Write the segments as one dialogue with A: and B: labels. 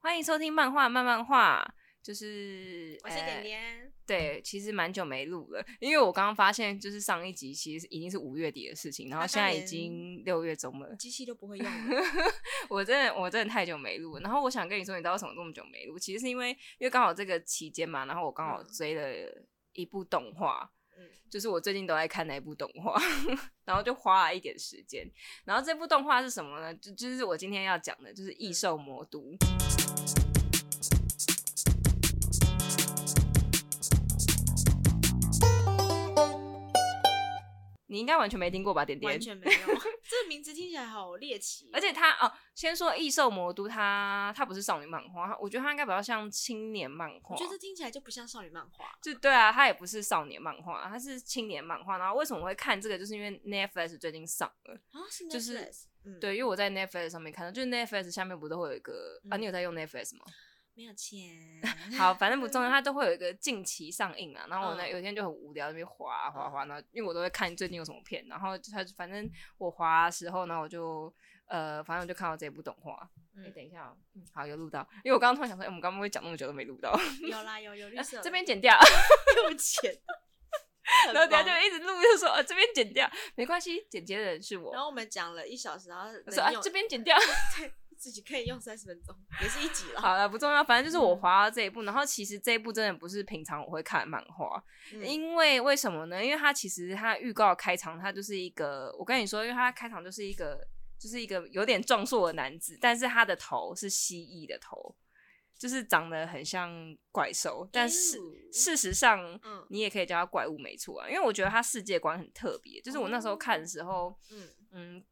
A: 欢迎收听漫画慢漫画，就是
B: 我是
A: 呃
B: 点点，
A: 对，其实蛮久没录了，因为我刚刚发现，就是上一集其实已经是五月底的事情，然后
B: 那
A: 现在
B: 当
A: 已
B: 然
A: 经六月中了。
B: 机器都不会用了
A: 我真的我真的太久没录了，然后我想跟你说，你知道为什么这么久没录？其实是因为因为刚好这个期间嘛，然后我刚好
B: 嗯
A: 追了一部动画，
B: 嗯，
A: 就是我最近都在看那一部动画， 然后就花了一点时间。然后这部动画是什么呢？就就是我今天要讲的，就是《
B: 嗯
A: 异兽魔都》。你应该完全没听过吧，点点
B: 完？全没 有。这个名字听起来好猎奇，
A: 而且它哦，先说《异兽魔都》它，它不是少女漫画，我觉得它应该比较像青年漫画。
B: 我觉得这听起来就不像少女漫画。
A: 就对啊，它也不是少年漫画，它是青年漫画。然后为什么我会看这个，就是因为 Netflix 最近上了。
B: 啊，是
A: 就是
B: Netflix 嗯，
A: 对，因为我在 Netflix 上面看到，就是 Netflix 下面不都会有一个、啊？
B: 嗯
A: 你有在用 Netflix 吗？。
B: 没有钱
A: 好，反正不重 要，它都会有一个近期上映啊。然后我呢，
B: 嗯
A: 有一天就很无聊，那边滑啊滑啊滑，然后因为我都会看最近有什么片，然后就它就反正我滑的时候，呢，我就呃，反正我就看到这部动画。哎、
B: 嗯，
A: 等一下、哦，嗯，好，有录到，因为我刚刚突然想说，哎、我们刚刚会不会讲那么久都没录到，
B: 有啦有有绿色的，
A: 啊这边剪掉，
B: 有钱。
A: 然后
B: 很
A: 等一下
B: 忙
A: 就一直录，就说呃这边剪掉，没关系，剪接的人是我。
B: 然后我们讲了一小时，然后
A: 我说
B: 能
A: 啊
B: 用
A: 这边剪掉，
B: 自己可以用三十分钟，也是一集了。
A: 好了，不重要，反正就是我
B: 嗯
A: 滑到这一步，然后其实这一步真的不是平常我会看的漫画，
B: 嗯
A: 因为为什么呢？因为它其实它预告开场，它就是一个，我跟你说，因为它开场就是一个，就是一个有点壮硕的男子，但是他的头是蜥蜴的头，就是长得很像怪兽，但是
B: 呦
A: 事实上。
B: 嗯
A: 你也可以叫它怪物，没错啊，因为我觉得它世界观很特别。就是我那时候看的时候，
B: 嗯，
A: 嗯，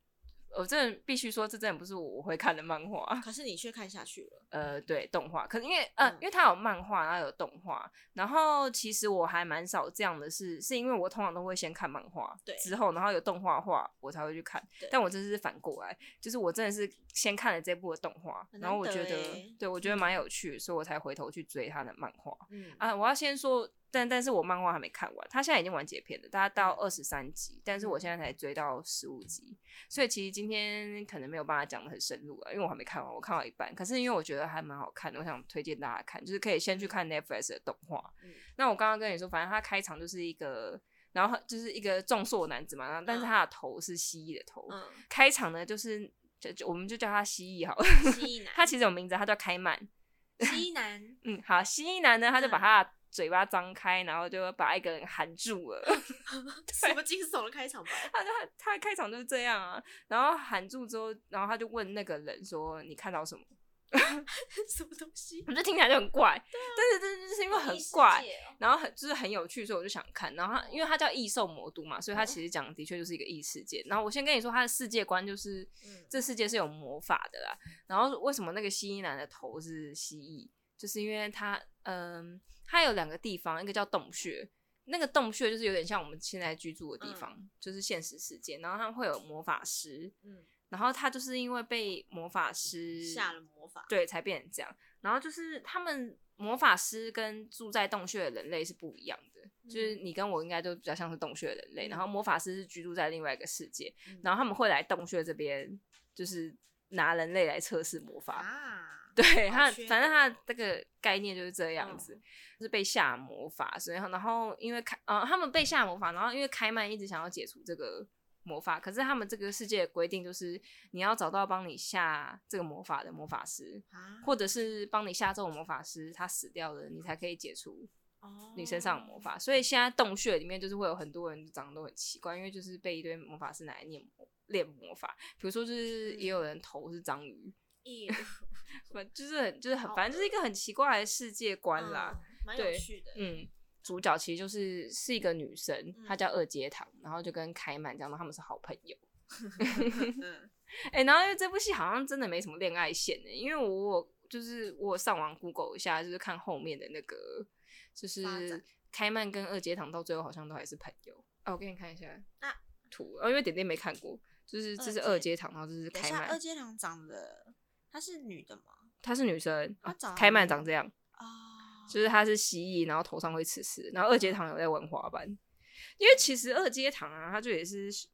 A: 我真的必须说，这真的不是我会看的漫画。
B: 可是你却看下去了。
A: 呃，对，动画，可是因为呃，
B: 嗯
A: 因为它有漫画，然后有动画，然后其实我还蛮少这样的是，是因为我通常都会先看漫画，
B: 对
A: 之后然后有动画画，我才会去看
B: 对。
A: 但我这次是反过来，就是我真的是先看了这部的动画，
B: 很
A: 然后我
B: 难
A: 觉
B: 得
A: 得，
B: 欸
A: 对我觉得蛮有趣，所以我才回头去追他的漫画
B: 嗯
A: 啊。我要先说。但但是我漫画还没看完，他现在已经完结篇了，大家到
B: 嗯
A: 二十三集，但是我现在才追到十五集，所以其实今天可能没有办法讲的很深入啊，因为我还没看完，我看到一半。可是因为我觉得还蛮好看的，我想推荐大家看，就是可以先去看 Netflix 的动画。
B: 嗯
A: 那我刚刚跟你说，反正它开场就是一个，然后就是一个壮硕男子嘛，然后但是
B: 嗯
A: 他的头是蜥蜴的头。
B: 嗯，
A: 开场呢，就是就就我们就叫他蜥蜴好了。
B: 蜥蜴男，
A: 他其实有名字，他叫开曼。
B: 蜥 蜴男，
A: 嗯，好，蜥蜴男呢，他就把
B: 嗯
A: 他的嘴巴张开，然后就把一个人含住 了。
B: 什么惊悚的开场白？
A: 他他他开场就是这样啊，然后喊住之后，然后他就问那个人说：“你看到什么
B: 什么东西？？”
A: 我觉得听起来就很怪，但是这就是因为很
B: 啊异世
A: 怪，
B: 界哦
A: 然后很就是很有趣，所以我就想看。然后他因为他叫异兽魔都嘛，所以他其实讲的的确就是一个异世界。然后我先跟你说，他的世界观就是
B: 嗯
A: 这世界是有魔法的啦。然后为什么那个蜥蜴男的头是蜥蜴？就是因为他嗯，他有两个地方，一个叫洞穴，那个洞穴就是有点像我们现在居住的地方，就是现实世界。然后他们会有魔法师，
B: 嗯，
A: 然后他就是因为被魔法师
B: 下了魔法。
A: 对，才变成这样。然后就是他们魔法师跟住在洞穴的人类是不一样的，
B: 嗯
A: 就是你跟我应该都比较像是洞穴的人类，然后魔法师是居住在另外一个世界，
B: 嗯
A: 然后他们会来洞穴这边，就是拿人类来测试魔法。
B: 啊，
A: 对
B: 好哦嗯
A: 他，
B: 缺
A: 反正他
B: 德
A: 这个概念就是这样子，就是被下魔法，所以然后因为开呃他们被下魔法，然后因为开曼一直想要解除这个魔法，可是他们这个世界的规定就是你要找到帮你下这个魔法的魔法师，
B: 啊，
A: 或者是帮你下咒的魔法师他死掉了，你才可以解除
B: 哦
A: 你身上的魔法。所以现在洞穴里面就是会有很多人长得都很奇怪，因为就是被一堆魔法师拿来念魔练魔法。比如说，就是
B: 嗯
A: 也有人头是章鱼，
B: 咦
A: 反就是很就是很
B: 好
A: 反正就是一个很奇怪的世界观啦。
B: 嗯蛮有
A: 对
B: 趣的。
A: 嗯，主角其实就是是一个女生，她
B: 嗯
A: 叫二阶堂，然后就跟开满讲到他们是好朋友。
B: 嗯，
A: 哎、然后因为这部戏好像真的没什么恋爱线呢、因为我我就是我有上网 Google 一下，就是看后面的那个，就是
B: 发展
A: 开曼跟二阶堂到最后好像都还是朋友。哦，我给你看一下
B: 啊
A: 图，哦，因为点点没看过，就是这是
B: 二
A: 二阶
B: 阶
A: 堂，然后这是
B: 等
A: 开
B: 一下，二
A: 曼，
B: 阶堂长得她是女的吗？
A: 她是女生，
B: 她
A: 啊
B: 长得
A: 开曼
B: 很
A: 长这样，
B: 啊，
A: 就是她是蜥蜴，然后头上会刺刺，然后二阶堂有在玩滑板，因为其实二阶堂啊，他就也是。哦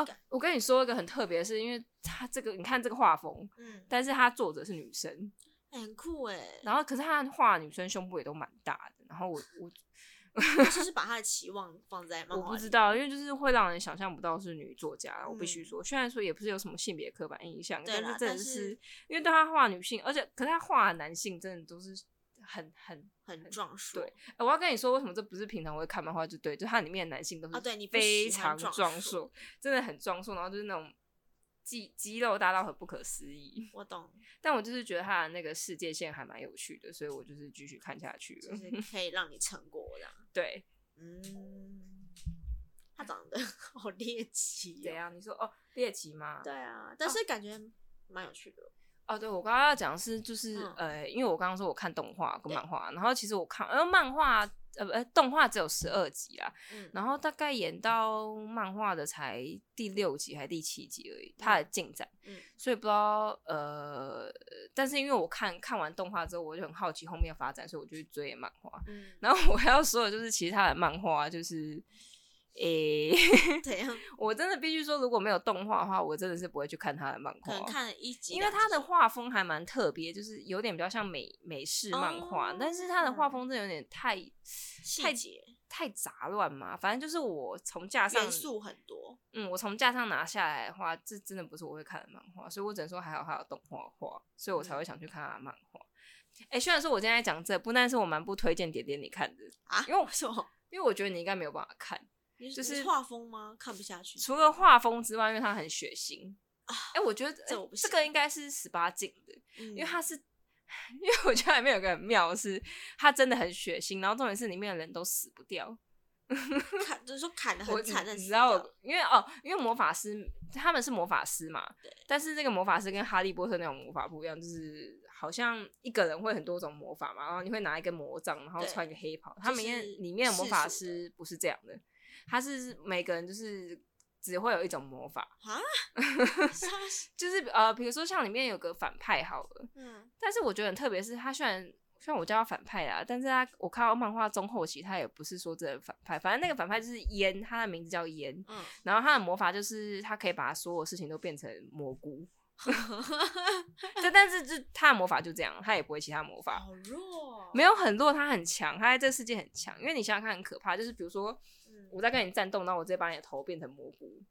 B: OK，
A: 我跟你说一个很特别的是，因为他这个，你看这个画风，
B: 嗯，
A: 但是它作者是女生，
B: 欸很酷哎、
A: 然后可是他画女生胸部也都蛮大的，然后 我我
B: 他就是把他的期望放在漫
A: 我
B: 画
A: 不知
B: 里
A: 道，因为就是会让人想象不到是女作家。我必须
B: 嗯
A: 说，虽然说也不是有什么性别刻板印象，
B: 对
A: 但
B: 啦
A: 是真
B: 但
A: 的
B: 是
A: 是因为对他画女性，而且可是他画的男性真的都是很很。
B: 很壮硕，
A: 对哎我要跟你说，为什么这不是平常我会看漫画就对，就它里面的男性都
B: 啊
A: 是
B: 对你不
A: 非
B: 喜
A: 常
B: 欢壮
A: 壮
B: 硕
A: 硕，真的很壮硕，然后就是那种肌肌肉大到很不可思议。
B: 我懂，
A: 但我就是觉得他的那个世界线还蛮有趣的，所以我就是继续看下去
B: 就
A: 了。
B: 是可以让你成果这样。
A: 对，
B: 嗯，他长得 好猎奇、
A: 怎
B: 哦，
A: 样？你说哦，猎奇吗？
B: 对啊，但是感觉蛮有趣的。
A: 哦，对，我刚刚要讲的是，就是、
B: 嗯
A: 呃，因为我刚刚说我看动画跟
B: 对
A: 漫画，然后其实我看，呃，漫画呃不呃动画只有十二集啦，
B: 嗯，
A: 然后大概演到漫画的才第六集还第七集而已，它的进展，
B: 嗯
A: 所以不知道呃，但是因为我看看完动画之后，我就很好奇后面的发展，所以我就去追漫画。
B: 嗯，
A: 然后我要说的就是，其实他的漫画就是，诶、
B: 怎样？
A: 我真的必须说，如果没有动画的话，我真的是不会去看他的漫
B: 可
A: 画
B: 能。看了一
A: 哦
B: 集，
A: 因为
B: 两
A: 他的
B: 集
A: 画风还蛮特别，就是有点比较像美美式漫画，
B: 哦
A: 但是他的画风真的有点太
B: 细节
A: 太杂乱嘛。反正就是我从架上
B: 元，素很多，
A: 嗯，我从架上拿下来的话，这真的不是我会看的漫画，所以我只能说还好还有动画画，所以我才
B: 嗯
A: 会想去看他的漫画。哎、虽然说我今天在讲这部，但是我蛮不推荐点点你看的，
B: 啊，
A: 因为我
B: 什 么？
A: 因为我觉得你应该没有办法看。
B: 你你
A: 就是
B: 画风吗？看不下去。
A: 除了画风之外，因为它很血腥。
B: 啊
A: 哎、我觉得
B: 这
A: 哎
B: 我不
A: 这
B: 行
A: 个应该是十八禁的，因
B: 因
A: 为它是， 因为我觉得里面有个很妙的是，它真的很血腥，然后重点是里面的人都死不掉，
B: 砍，就是说砍的
A: 我
B: 很惨，
A: 你
B: 但
A: 你
B: 死
A: 知道
B: 掉
A: 我，因为哦，因为魔法师他们是魔法师嘛，但是这个魔法师跟哈利波特那种魔法不一样，就是好像一个人会很多种魔法嘛，然后你会拿一根魔杖，然后
B: 对
A: 穿一个黑袍，
B: 就
A: 他们里面
B: 是
A: 里面的魔
B: 世
A: 法
B: 俗的
A: 师不是这样的，他是每个人就是只会有一种魔法，
B: 啊，杀死
A: 就是呃，比如说像里面有个反派好了。
B: 嗯，
A: 但是我觉得很特别，是他虽然虽然我叫他反派啦，但是他我看到漫画中后期，他也不是说真的反派，反正那个反派就是烟，他的名字叫烟，
B: 嗯，
A: 然后他的魔法就是他可以把所有事情都变成蘑 菇，但但是就他的魔法就这样，他也不会其他魔法。
B: 好弱哦，
A: 没有很弱，他很强，他在这个世界很强。因为你想想看，很可怕。就是比如说，
B: 嗯
A: 我在跟你战斗，然后我直接把你的头变成蘑菇，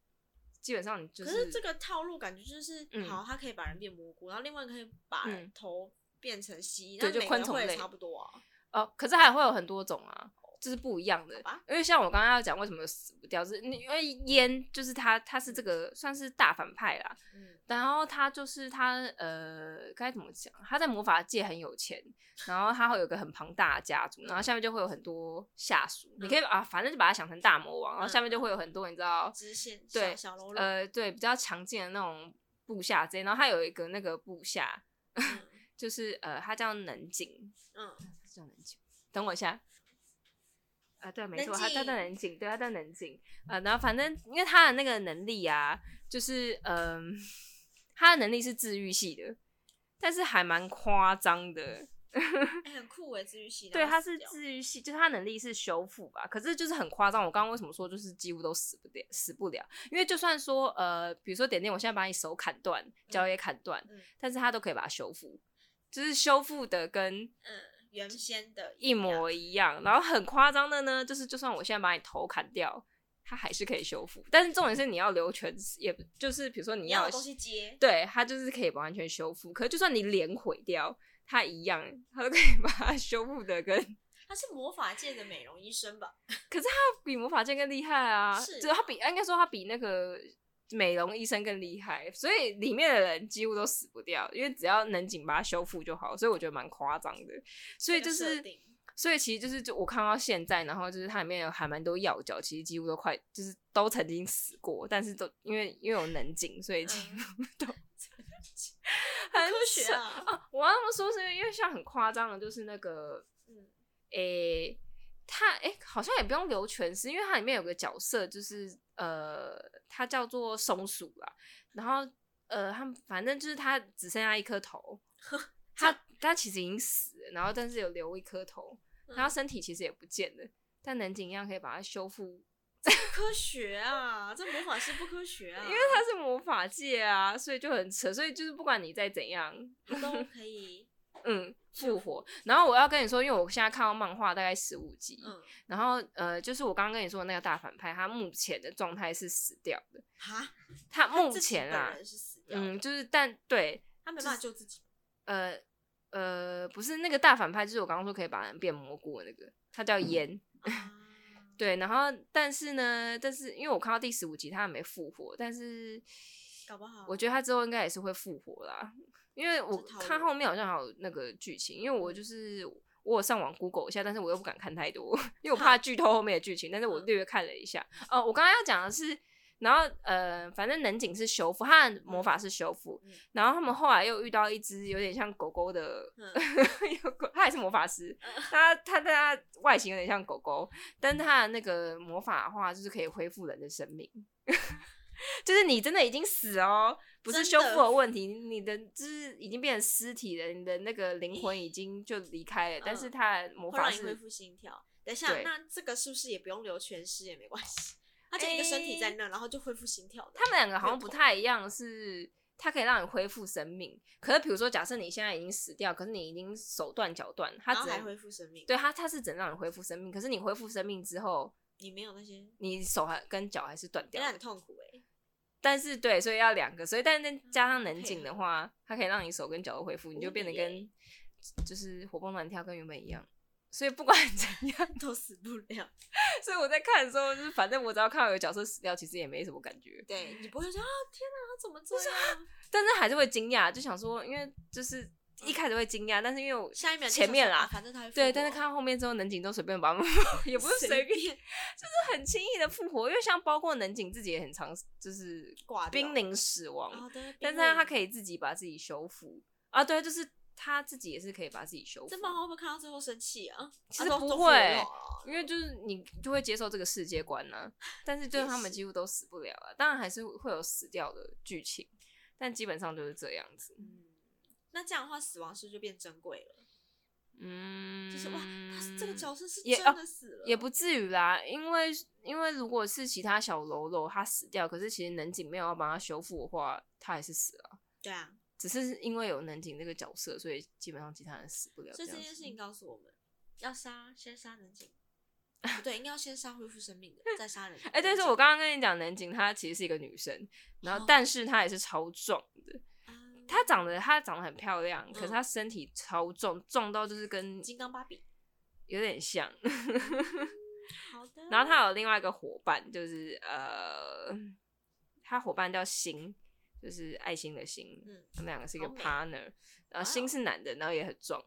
A: 基本上你就
B: 可
A: 是
B: 是这个套路感觉就是，
A: 嗯
B: 好，它可以把人变蘑菇，然后另外一个可以把
A: 嗯
B: 头变成蜥蜴，
A: 对
B: 那
A: 就
B: 每个
A: 昆
B: 人
A: 虫
B: 会
A: 类
B: 差不多啊。
A: 哦，可是还会有很多种啊，就是不一样的
B: 好吧。
A: 因为像我刚刚要讲为什么死不掉，是你因为烟就是他，他是这个算是大反派啦。
B: 嗯，
A: 然后他就是他呃该怎么讲？他在魔法界很有钱，然后他会有个很庞大的家族，然后下面就会有很多下属。你
B: 嗯
A: 可以啊，反正就把他想成大魔王，然后下面就会有很多你知道
B: 支线
A: 对
B: 小小喽啰，
A: 呃对比较强劲的那种部下之类。然后他有一个那个部下，
B: 嗯
A: 就是呃他叫能井，
B: 嗯，
A: 是叫能井。等我一下。啊，对，没错，
B: 能
A: 他他叫
B: 井
A: 能井，对，他叫能井。呃，然后反正因为他的那个能力啊，就是嗯、他的能力是治愈系的，但是还蛮夸张的。
B: 哎，很酷诶，治愈系。
A: 对，
B: 然后
A: 他
B: 死
A: 是
B: 掉
A: 治愈系，就是他能力是修复吧，可是就是很夸张。我刚刚为什么说就是几乎都死不掉，死不了？因为就算说呃，比如说点点，我现在把你手砍断，脚也砍断，
B: 嗯
A: 但是他都可以把它修复，就是修复的跟
B: 嗯原先的
A: 一
B: 样
A: 模一样。然后很夸张的呢，就是就算我现在把你头砍掉，它还是可以修复。但是重点是你要留全，也不就是比如说你
B: 嗯你要
A: 要
B: 的东西接，
A: 对它就是可以完全修复。可是就算你脸毁掉，它一样，它都可以把 它修复的跟
B: 他是魔法界的美容医生吧？
A: 比魔法剑更厉害啊！
B: 是
A: 就它比应该说它比那个。美容医生更厉害，所以里面的人几乎都死不掉，因为只要能紧把它修复就好，所以我觉得蛮夸张的。所以
B: 这
A: 就
B: 个设
A: 是
B: 定
A: 所以其实就是就我看到现在，然后就是它里面有还蛮多药脚，其实几乎都快就是都曾经死过，但是都因为因为有能井，所以几
B: 嗯
A: 乎都 很
B: 科学
A: 扯
B: 啊，
A: 啊！我要这么说，是因为像很夸张的，就是那个
B: 嗯，
A: 诶、他诶、好像也不用留全尸，因为它里面有个角色就是呃，它叫做松鼠啦，然后呃，他们反正就是它只剩下一颗头， 它它其实已经死了，然后但是有留一颗头。然后
B: 嗯
A: 身体其实也不见了，但能井一样可以把它修复，
B: 科学啊，这魔法师不科学啊，
A: 因为它是魔法界啊，所以就很扯。所以就是不管你再怎样，
B: 他都可以
A: 嗯，复活。然后我要跟你说，因为我现在看到漫画大概十五集，
B: 嗯，
A: 然后呃，就是我刚刚跟你说的那个大反派，他目前的状态是死掉的。
B: 哈，
A: 他
B: 他
A: 目
B: 自己
A: 前
B: 本
A: 啦
B: 人，是死掉的，
A: 嗯，就是但对，
B: 他没办法救自己，
A: 呃呃，不是那个大反派，就是我刚刚说可以把人变蘑菇的那个，他
B: 嗯
A: 叫烟。
B: 啊
A: 对，然后但是呢，但是因为我看到第十五集他还没复活，但是
B: 搞不好
A: 我觉得他之后应该也是会复活啦，因为我
B: 是嗯套路嗯
A: 看后面好像还有那个剧情，因为我就是我有上网 Google 一下，但是我又不敢看太多，因为我怕剧透后面的剧情，但是我
B: 嗯
A: 略略看了一下。哦，我刚刚要讲的是。然后，呃，反正能井是修复，他的魔法是修复。
B: 嗯
A: 然后他们后来又遇到一只有点像狗狗的
B: 嗯
A: 有狗，他也是魔法师，他他他外形有点像狗狗，
B: 嗯
A: 但是他的那个魔法的话，就是可以恢复人的生命， 就是你真的已经死哦，不是
B: 真
A: 修
B: 的
A: 复的问题，你的就是已经变成尸体了，你的那个灵魂已经就离开了，但是
B: 嗯
A: 他的魔
B: 会
A: 法
B: 让你恢
A: 是
B: 复心跳。等一下
A: 对，
B: 那这个是不是也不用留全尸也没关系？他就一个身体在那，然后就恢复心跳的。
A: 他们两个好像不太一样，是它可以让你恢复生命，可是比如说假设你现在已经死掉，可是你已经手断脚断，它
B: 然后
A: 只
B: 还
A: 能
B: 恢复生命，
A: 对它它是只能让你恢复生命，可是你恢复生命之后。
B: 你没有那些，
A: 你手还跟脚还是断掉
B: 那
A: 的
B: 很痛苦哎。
A: 但是对，所以要两个，所以但是加上能
B: 配
A: 井
B: 合
A: 的话，它可以让你手跟脚都恢复，你就变得
B: 嗯无敌耶
A: 跟就是活蹦乱跳，跟原本一样。所以不管 怎样，
B: 都死不了。
A: 所以我在看的时候，就是反正我只要看到有角色死掉，其实也没什么感觉，
B: 对你不会说啊，天哪，他怎么这样？
A: 但是还是会惊讶，就想说，因为就是
B: 嗯
A: 一开始会惊讶，但是因为我
B: 下一秒就
A: 前面
B: 想说
A: 啦
B: 啊反正他会
A: 对，
B: 复
A: 但是
B: 活
A: 看到后面之后，能井都随便把他们 也不是随便，
B: 便
A: 就是很轻易的复活，因为像包括能井自己也很常就是
B: 挂掉
A: 濒临死亡，
B: 哦对
A: 但
B: 冰
A: 是他
B: 冷
A: 他可以自己把自己修复啊，对，就是他自己也是可以把自己修复
B: 这，漫画会不会看到最后生气啊？
A: 其
B: 啊
A: 实
B: 都
A: 不
B: 都
A: 会啊
B: 腐肉了
A: 因为就是你就会接受这个世界观呢、啊但是就是
B: 也
A: 他们
B: 是
A: 几乎都死不了啊，当然还是会有死掉的剧情，但基本上就是这样子。
B: 嗯，那这样的话，死亡是不是就变珍贵了？
A: 嗯，
B: 就是哇，他是这个角色是
A: 也
B: 真
A: 啊
B: 的死了，
A: 也不至于啦，因为因为如果是其他小喽啰他死掉，可是其实能井没有要帮他修复的话，他还是死了啊。
B: 对啊。
A: 只是因为有能井这个角色，所以基本上其他人死不了。
B: 所以这
A: 样
B: 件事
A: 子
B: 情告诉我们，要杀先杀人井，不对，应该要先杀恢复生命的，再杀人。
A: 哎、但
B: 人
A: 是
B: 井
A: 我刚刚跟你讲，南景她其实是一个女生，然后
B: 哦
A: 但是她也是超壮的，
B: 啊
A: 她长得她长得很漂亮，可是
B: 嗯
A: 她身体超重，重到就是跟
B: 金刚芭比，
A: 有点像。
B: 好的。
A: 然后她有另外一个伙伴，就是呃，她伙伴叫星，就是爱心的星，
B: 嗯，
A: 他们两个是一个
B: 好美
A: partner，然后
B: 哇
A: 星
B: 哦
A: 是男的，然后也很壮。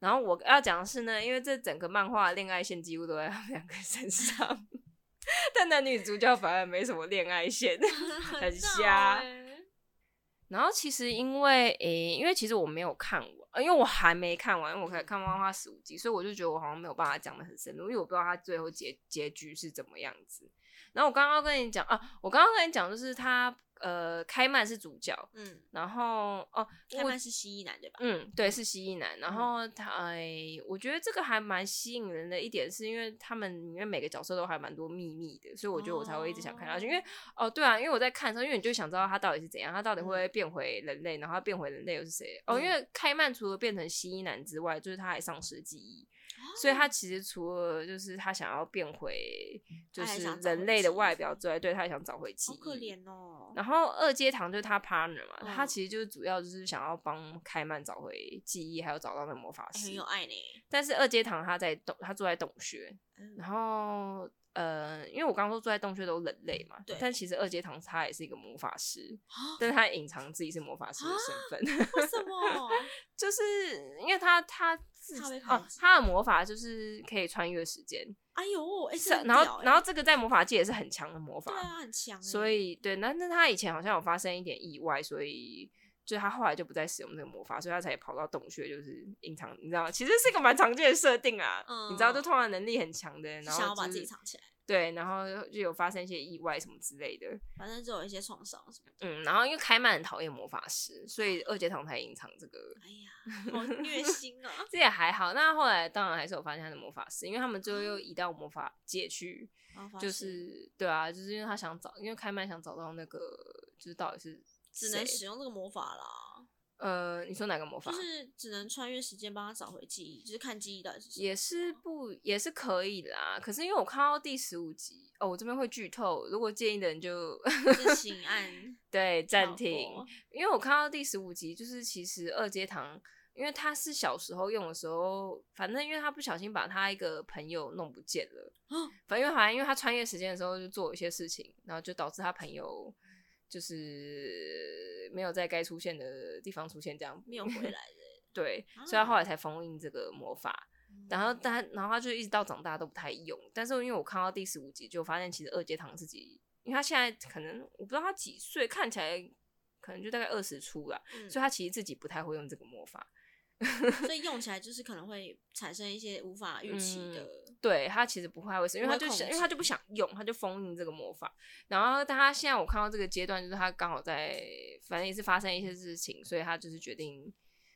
A: 然后我要讲的是呢，因为这整个漫画的恋爱线几乎都在他们两个身上， 但男女主角反而没什么恋爱 线。很
B: 闹
A: 瞎
B: 欸
A: 然后其实因为诶、因为其实我没有看完，呃因为我还没看完，因为
B: 嗯
A: 我才看漫画十五集，所以我就觉得我好像没有办法讲的很深入，因为我不知道它最后结结局是怎么样子。然后我刚刚跟你讲啊，我刚刚跟你讲就是他呃，开曼是主角，
B: 嗯，
A: 然后哦，
B: 开曼是蜥蜴男对吧？
A: 嗯，对，是蜥蜴男。然后他，哎我觉得这个还蛮吸引人的一点，是因为他们里面每个角色都还蛮多秘密的，所以我觉得我才会一直想看下去。因为哦，对啊，因为我在看的时候，因为你就想知道他到底是怎样，他到
B: 嗯
A: 底会不会变回人类，然后他变回人类又是谁？哦，因为开曼除了变成蜥蜴男之外，就是他还丧失记忆。
B: 哦
A: 所以他其实除了就是他想要变回就
B: 他还
A: 是
B: 想找
A: 人
B: 回
A: 类的
B: 记忆
A: 外表之外，对他也想找回记
B: 好
A: 忆，
B: 可怜哦。
A: 然后二阶堂就是他 partner 嘛，
B: 嗯
A: 他其实就是主要就是想要帮开曼找回记忆，还有找到那个魔法
B: 哎
A: 师
B: 很。有爱呢。
A: 但是二阶堂他在洞，他住在洞穴，
B: 嗯
A: 然后呃，因为我刚刚说住在洞穴都人类嘛
B: 对，
A: 但其实二阶堂他也是一个魔法师，
B: 啊，
A: 但是他隐藏自己是魔法师的身份，
B: 为什么？
A: 就是因为他他自
B: 他被
A: 己
B: 排
A: 哦，
B: 挤
A: 他的魔法就是可以穿越时间，
B: 哎呦，哎，
A: 是啊
B: 这很
A: 然
B: 屌
A: 后
B: 欸
A: 然后这个在魔法界也是很强的魔法，
B: 对啊，很强欸。
A: 所以对，那那他以前好像有发生一点意外，所以就他后来就不再使用这个魔法，所以他才跑到洞穴，就是隐藏，你知道，其实是一个蛮常见的设定啊。你知道，就
B: 嗯
A: 通常能力很强的人，然
B: 想
A: 后、
B: 要把
A: 就
B: 自己
A: 是
B: 藏起来，
A: 对，然后就有发生一些意外什么之类的。
B: 反正就有一些创伤什么的。
A: 嗯，然后因为开曼很讨厌魔法师，所以二阶堂才隐藏这个。
B: 哎呀，好 虐心啊！
A: 这也还好，那后来当然还是有发现他的魔法师，因为他们最后
B: 嗯
A: 又移到魔法界去，
B: 然后发
A: 就
B: 现
A: 是对啊，就是因为他想找，因为开曼想找到那个，就是到底是
B: 只能
A: 谁
B: 使用这个魔法啦。
A: 呃，你说哪个魔法？
B: 就是只能穿越时间帮他找回记忆，就是看记忆到底是什么
A: 也是不也是可以啦，可是因为我看到第十五集哦，我这边会剧透，如果介意的人就
B: 就是 刑案
A: 对
B: 跳
A: 暂停，
B: 过
A: 因为我看到第十五集，就是其实二阶堂，因为他是小时候用的时候，反正因为他不小心把他一个朋友弄不见了，
B: 啊
A: 反正因为好像因为他穿越时间的时候就做了一些事情，然后就导致他朋友就是没有在该出现的地方出现，这样
B: 没有回来的。
A: 对，
B: 啊
A: 所以他后来才封印这个魔法。然后
B: 嗯
A: 他，然后他就一直到长大都不太用。但是因为我看到第十五集，就发现其实二阶堂自己，因为他现在可能我不知道他几岁，看起来可能就大概二十出啦，
B: 嗯
A: 所以他其实自己不太会用这个魔法。
B: 所以用起来就是可能会产生一些无法预期
A: 嗯
B: 的，
A: 对他其实不太会使用，因为他
B: 不
A: 就
B: 会控
A: 想，因为他
B: 制
A: 就不想用，他就封印这个魔法。然后但他现在我看到这个阶段，就是他刚好在，反正也是发生一些事情，所以他就是决定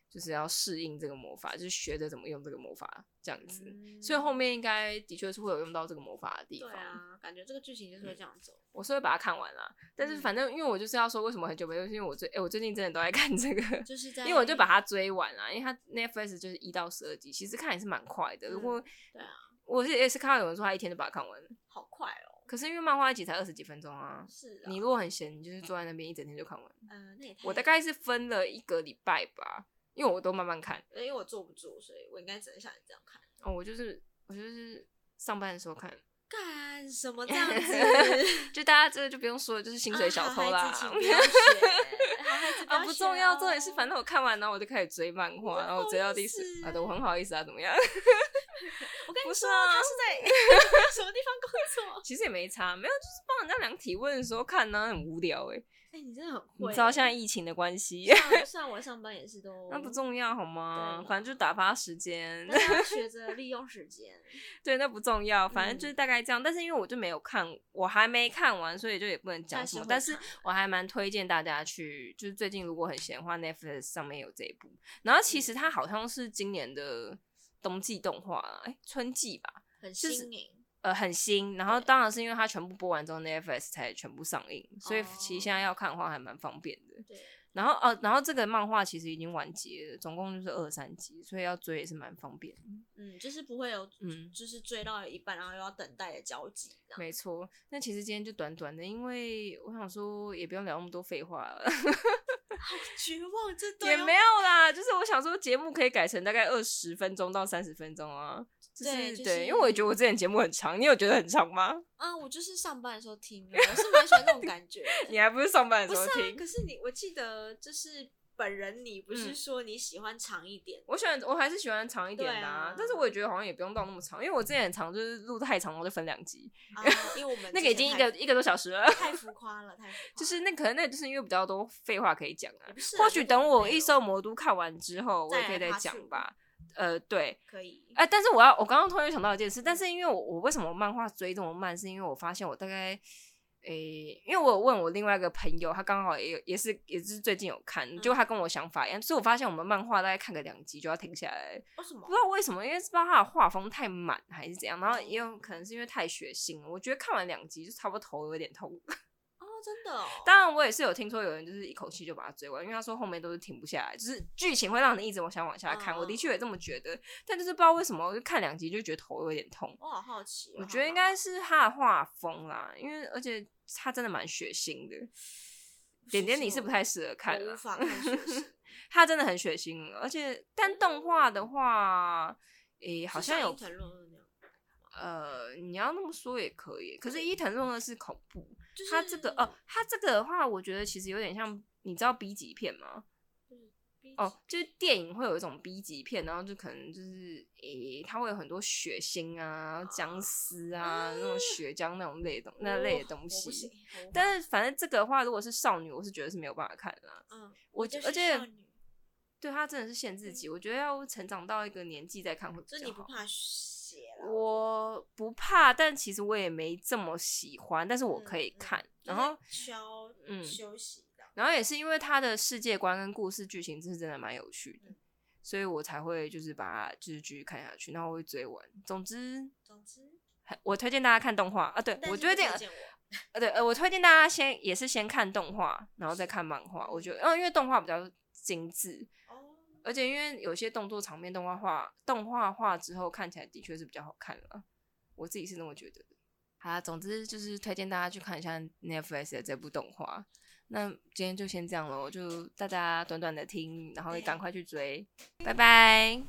A: 就是要适应这个魔法，就是学着怎么用这个魔法这样子。
B: 嗯
A: 所以后面应该的确是会有用到这个魔法的地
B: 对
A: 方。
B: 啊，感觉这个剧情就是会这样走。
A: 我是会把它看完啦。但是
B: 嗯
A: 反正因为我就是要说，为什么很久没有，就是因为我最哎、我最近真的都在看这个，
B: 就是在，
A: 嗯因为我就把它追完啦。因为它 Netflix 就是一到十二集，其实看也是蛮快的。如果、
B: 对啊，
A: 我是也是看到有人说他一天就把它看完了，
B: 好快哦，
A: 可是因为漫画一集才二十几分钟啊。
B: 是啊，
A: 你如果很闲，你就是坐在那边一整天就看完。
B: 嗯，那也太
A: 我大概是分了一个礼拜吧，因为我都慢慢看。
B: 因为我坐不住，所以我应该只能像你这样看。
A: 哦，我就是我就是上班的时候看，
B: 干什么这 样子？
A: 就大家这个就不用说了，就是薪水小偷啦。
B: 啊好孩子请不要学，好孩子
A: 啊，
B: 要
A: 不
B: 学
A: 重要，重点
B: 哦
A: 是，反正我看完，然后我就开始追漫画，然后我追到第十
B: 好意，思
A: 啊，对我很好意思啊，怎么样？
B: 我跟
A: 不
B: 你
A: 是
B: 说，
A: 啊
B: 他是 在什么地方工作？
A: 其实也没差，没有，就是帮人家量体温的时候看呢、很无聊哎、
B: 哎，你真的很
A: 你
B: 会。
A: 知道现在疫情的关系，
B: 像像我上班也是 都
A: 那不重要好吗
B: 对？
A: 反正就打发时间
B: 大，家要学着利用时间。
A: 对，那不重要，反
B: 嗯
A: 正就是大概这样。但是因为我就没有看，我还没看完，所以就也不能讲什么。但
B: 但
A: 是
B: 是
A: 我还蛮推荐大家去，就是最近如果很闲的话，Netflix 上面有这一部。然后其
B: 嗯
A: 实它好像是今年的冬季动画啊，哎、春季吧。
B: 很
A: 是
B: 新颖，
A: 呃很新，然后
B: 对
A: 当然是因为它全部播完之后，Netflix 才全部上映，所以
B: 哦
A: 其实现在要看的话还蛮方便的。
B: 对，
A: 然后呃，然后这个漫画其实已经完结了，总共就是二三集，所以要追也是蛮方便的。
B: 嗯，就是不会有，
A: 嗯
B: 就是追到一半然后又要等待的交集， 这样
A: 没错，那其实今天就短短的，因为我想说也不用聊那么多废话了，
B: 绝望这对
A: 也没有啦，就是我想说节目可以改成大概二十分钟到三十分钟啊。就是
B: 对就
A: 对，
B: 是
A: 因为我也觉得我之前节目很长，你有觉得很长吗？
B: 啊，我就是上班的时候听的，我是蛮喜欢那种感觉的。
A: 你还不是上班的
B: 不
A: 时
B: 是
A: 候听
B: 啊？？可是你，我记得就是本人你不是
A: 嗯
B: 说你喜欢长一 点，
A: 我喜欢，我还是喜欢长一点的、
B: 对啊
A: 但是我也觉得好像也不用到那么长，因为我之前很长，就是录太长，我就分两集，
B: 啊，因为我们
A: 那个已经一个一个多小时了。
B: 太太浮夸了，太 浮夸。
A: 就是那可能那就是因为比较多废话可以讲啊
B: 也，不是啊
A: 或许等我《异
B: 就是
A: 兽魔都》看完之后，我
B: 再
A: 也可以
B: 来
A: 再
B: 爬
A: 讲
B: 树
A: 吧。呃，对，
B: 可以，
A: 哎、但是我要，我刚刚突然想到一件事，但是因为我我为什么漫画追这么慢，是因为我发现我大概，诶、因为我有问我另外一个朋友，他刚好也有也是也是最近有看，
B: 嗯
A: 结果他跟我想法一样，所以我发现我们漫画大概看个两集就要停下来了，
B: 为哦什么
A: 不知？道为什么，因为是不知道他的画风太满还是怎样，然后也有可能是因为太血腥了。我觉得看完两集就差不多头有点痛。
B: 哦，真的哦，
A: 当然，我也是有听说有人就是一口气就把它追完，因为他说后面都是停不下来，就是剧情会让你一直我想往下看。
B: 嗯
A: 我的确也这么觉得，但就是不知道为什么，我就看两集就觉得头有点痛。
B: 我好好奇哦。
A: 我
B: 好
A: 觉得应
B: 好
A: 该是他的画风啦，因为而且他真的蛮血腥的。点点你是不太适合看
B: 我
A: 啦
B: 无，法看学习，
A: 他真的很血腥，而且但动画的话，诶、 好
B: 是
A: 像有
B: 伊藤润二那样，
A: 呃，你要那么说也可以，可是伊藤润二是恐怖，
B: 就是
A: 他这个
B: 嗯
A: 哦，他这个的话，我觉得其实有点像，你知道 B 级片吗？哦，，就是电影会有一种 B 级片，然后就可能就是诶，它会有很多血腥啊、僵尸啊、那种血浆那种类的东那类的东
B: 哦我
A: 西。
B: 不行，我无法
A: 但是反正这个的话，如果是少女，我是觉得是没有办法看的、啊。
B: 嗯，
A: 我
B: 就
A: 而
B: 是
A: 且
B: 少女嗯
A: 对他真的是限制级，我觉得要成长到一个年纪再看会比
B: 就
A: 较
B: 是
A: 好。
B: 你不怕血了，
A: 我不怕，但其实我也没这么喜欢，但是我可以
B: 嗯嗯
A: 看。
B: 就
A: 然后，
B: 是需要
A: 嗯
B: 休息的。
A: 然后也是因为它的世界观跟故事剧情是真的蛮有趣的
B: 嗯，
A: 所以我才会就是把它就是继续看下去，然后我会追完。总之，
B: 总之，
A: 很我推荐大家看动画啊，对
B: 但
A: 我
B: 是
A: 推
B: 不
A: 荐
B: 推荐我，
A: 啊呃对呃我推荐大家先也是先看动画，然后再看漫画。我觉得，嗯、因为动画比较精致，
B: 哦，
A: 而且因为有些动作场面动画化动画化之后，看起来的确是比较好看了，我自己是这么觉得的。好啦，总之就是推荐大家去看一下 Netflix 的这部动画。那今天就先这样了，就大家短短的听，然后也赶快去追，拜拜。